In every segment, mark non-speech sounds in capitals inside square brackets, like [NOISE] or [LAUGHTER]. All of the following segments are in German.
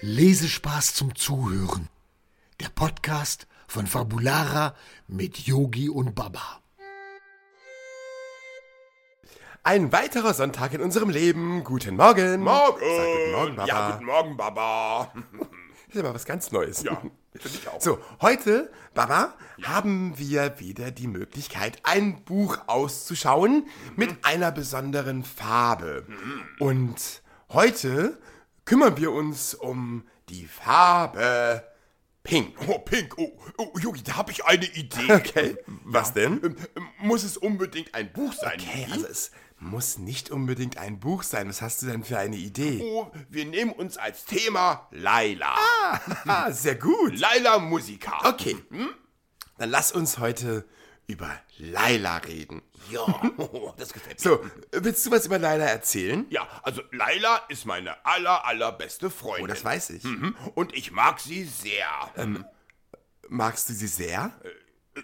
Lesespaß zum Zuhören. Der Podcast von Fabulara mit Yogi und Baba. Ein weiterer Sonntag in unserem Leben. Guten Morgen. Morgen. Sag guten Morgen, Baba. Äh, Ja, guten Morgen, Baba. Das ist ja mal was ganz Neues. Ja, finde ich [LAUGHS] auch. So, heute, Baba, haben wir wieder die Möglichkeit, ein Buch auszuschauen Mhm. mit einer besonderen Farbe. Und heute kümmern wir uns um die Farbe Pink. Oh, Pink, oh, oh Yogi, da habe ich eine Idee. Okay, was denn? Ähm, ähm, Muss es unbedingt ein Buch sein? Okay, Yogi? also es muss nicht unbedingt ein Buch sein. Was hast du denn für eine Idee? oh, wir nehmen uns als Thema Laila. Ah, sehr gut. Laila Musica. Okay, dann lass uns heute über Laila reden. Ja, oh, [LAUGHS] das gefällt mir. So, willst du was über Laila erzählen? Ja, also Laila ist meine aller, allerbeste Freundin. Oh, das weiß ich. Mhm. Und ich mag sie sehr. Ähm, Magst du sie sehr? Äh,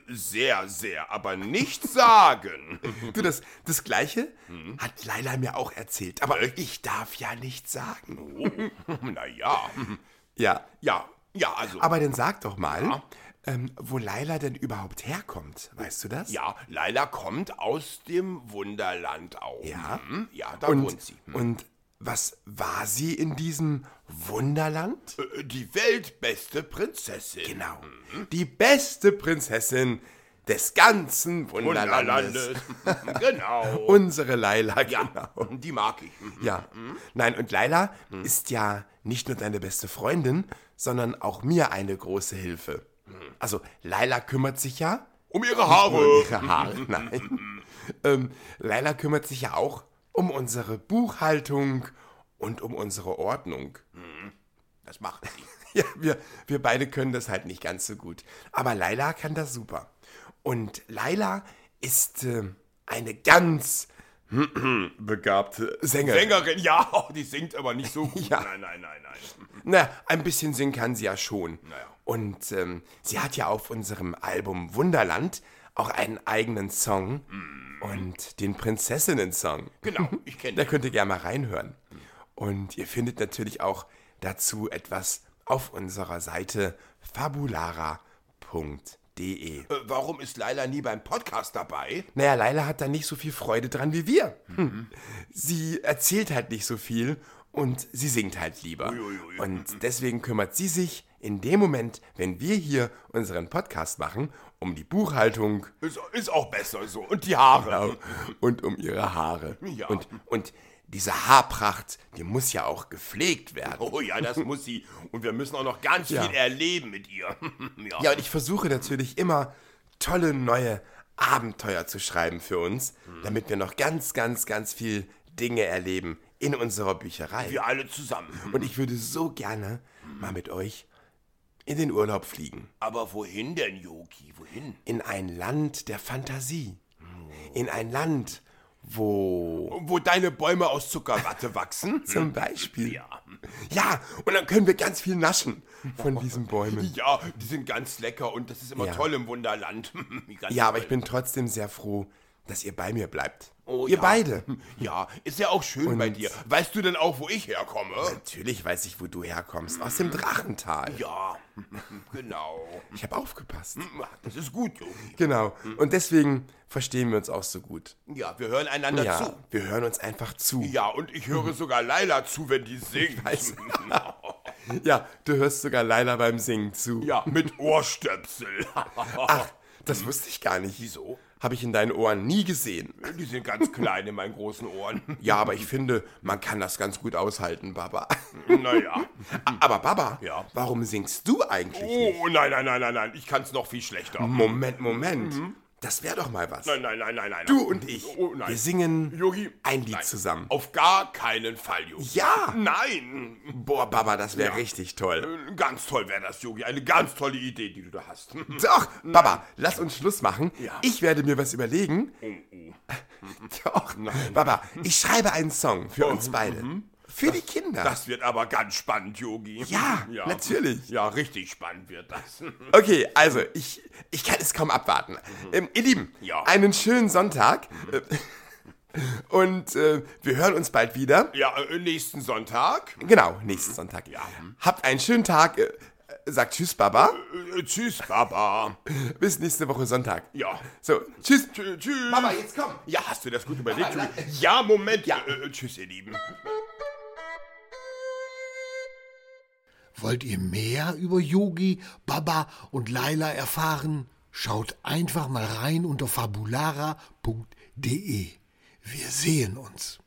Sehr, sehr, aber nicht [LAUGHS] sagen. Du, das, das Gleiche Hm. hat Laila mir auch erzählt, aber Äh? ich darf ja nicht sagen. naja. Ja, Ja, hm, ja, also. aber dann sag doch mal, ähm, wo Laila denn überhaupt herkommt. Weißt du das? Ja, Laila kommt aus dem Wunderland auch. Ja. Mhm, Ja, da Und, wohnt sie. und was war sie in diesem Wunderland? Äh, Die weltbeste Prinzessin. Genau. Mhm. Die beste Prinzessin des ganzen Wunderlandes. Wunderlandes. genau. [LAUGHS] Unsere Laila, ja, mhm, genau. die mag ich. Ja. Nein, und Laila ist ja nicht nur deine beste Freundin, sondern auch mir eine große Hilfe. Also, Laila kümmert sich ja Um ihre um Haare. ihre Haare. [LAUGHS] Nein. ähm, Laila kümmert sich ja auch um unsere Buchhaltung und um unsere Ordnung. Mhm. Das macht sie. [LAUGHS] Ja, wir, wir beide können das halt nicht ganz so gut. Aber Laila kann das super. Und Laila ist ähm, eine [CLEARS THROAT] ganz begabte Sängerin. Sängerin, ja, [LAUGHS] oh, die singt aber nicht so [LAUGHS] gut. Ja. Nein, nein, nein, Mhm, nein. Na, ein bisschen singen kann sie ja schon. Naja. Und ähm, sie hat ja auf unserem Album Wunderland auch einen eigenen Song und den Prinzessinnen-Song. Genau, ich kenne Da könnt ihr gerne mal reinhören. Und ihr findet natürlich auch dazu etwas auf unserer Seite fabulara.de. Äh, Warum ist Laila nie beim Podcast dabei? Naja, Laila hat da nicht so viel Freude dran wie wir. Hm. Sie erzählt halt nicht so viel und sie singt halt lieber. ui. Und deswegen kümmert sie sich in dem Moment, wenn wir hier unseren Podcast machen, um die Buchhaltung [LAUGHS] Ist, ist auch besser so. Und die Haare. und um ihre Haare. Ja. Und, und diese Haarpracht, die muss ja auch gepflegt werden. Oh ja, das muss sie. Und wir müssen auch noch ganz Ja. viel erleben mit ihr. [LAUGHS] ja. Ja, und ich versuche natürlich immer tolle neue Abenteuer zu schreiben für uns, Hm. damit wir noch ganz, ganz, ganz viel Dinge erleben in unserer Bücherei. Wir alle zusammen. Mhm. Und ich würde so gerne mal mit euch in den Urlaub fliegen. Aber wohin denn, Yogi? Wohin? In ein Land der Fantasie. In ein Land, wo Wo deine Bäume aus Zuckerwatte wachsen? zum Beispiel. [LAUGHS] Ja. Ja, und dann können wir ganz viel naschen von diesen Bäumen. Ja, die sind ganz lecker und das ist immer Ja. toll im Wunderland. [LAUGHS] Ganz Ja, aber ich toll. bin trotzdem sehr froh, dass ihr bei mir bleibt. Oh, ihr ja. beide. Ja, ist ja auch schön bei dir. Weißt du denn auch, wo ich herkomme? Natürlich weiß ich, wo du herkommst. Aus dem Drachental. Ja, [LAUGHS] genau. Ich habe aufgepasst. Das ist gut, Yogi. Genau. Und deswegen verstehen wir uns auch so gut. Ja, wir hören einander Ja, Mhm. zu. wir hören uns einfach zu. Ja, und ich höre sogar Laila zu, wenn die singt. Ja, du hörst sogar Laila beim Singen zu. [LAUGHS] ja, mit Ohrstöpsel. Ach, das wusste ich gar nicht. Mhm. Wieso? Habe ich in deinen Ohren nie gesehen. Die sind ganz klein in meinen großen Ohren. [LAUGHS] Ja, aber ich finde, man kann das ganz gut aushalten, Baba. Naja. [LAUGHS] aber Baba, Mhm. Ja. warum singst du eigentlich nicht? Mhm. Oh, nein, nein, nein, nein, nein. Ich kann es noch viel schlechter. Moment, Moment. Das wäre doch mal was. Mhm. Nein, nein, nein, nein, nein. Du und ich, Oh, nein. wir singen Yogi. ein Lied nein. zusammen. Auf gar keinen Fall, Yogi. Ja. Nein. Boah, Baba, das wäre richtig toll. Äh, Ganz toll wäre das, Yogi. Eine ganz tolle Idee, die du da hast. [LAUGHS] Doch, Baba, lass uns Schluss machen. Ja. Oh, Mhm. Ich werde mir was überlegen. [LAUGHS] Doch, Baba, ich schreibe einen Song für uns beide. Für die Kinder. Oh, mhm. Das wird aber ganz spannend, Yogi. Ja, natürlich. Ja, richtig spannend wird das. [LAUGHS] Okay, also ich, Mhm. ich kann es kaum abwarten. Ähm, ihr Lieben, Ja. einen schönen Sonntag. Äh, [LAUGHS] Und äh, wir hören uns bald wieder. Ja, äh, nächsten Sonntag. Genau, nächsten Sonntag. Habt einen schönen Tag. Äh, sagt Tschüss, Baba. Äh, tschüss, Baba. Bis nächste Woche Sonntag. Ja. So, tschüss. Tschü- Tschüss. Baba, jetzt äh, komm. Ja, hast du das gut überlegt? Julie? Ja, Moment. Ja. Äh, tschüss, ihr Lieben. Wollt ihr mehr über Yogi, Baba und Laila erfahren? Schaut einfach mal rein unter fabulara.de. Wir sehen uns.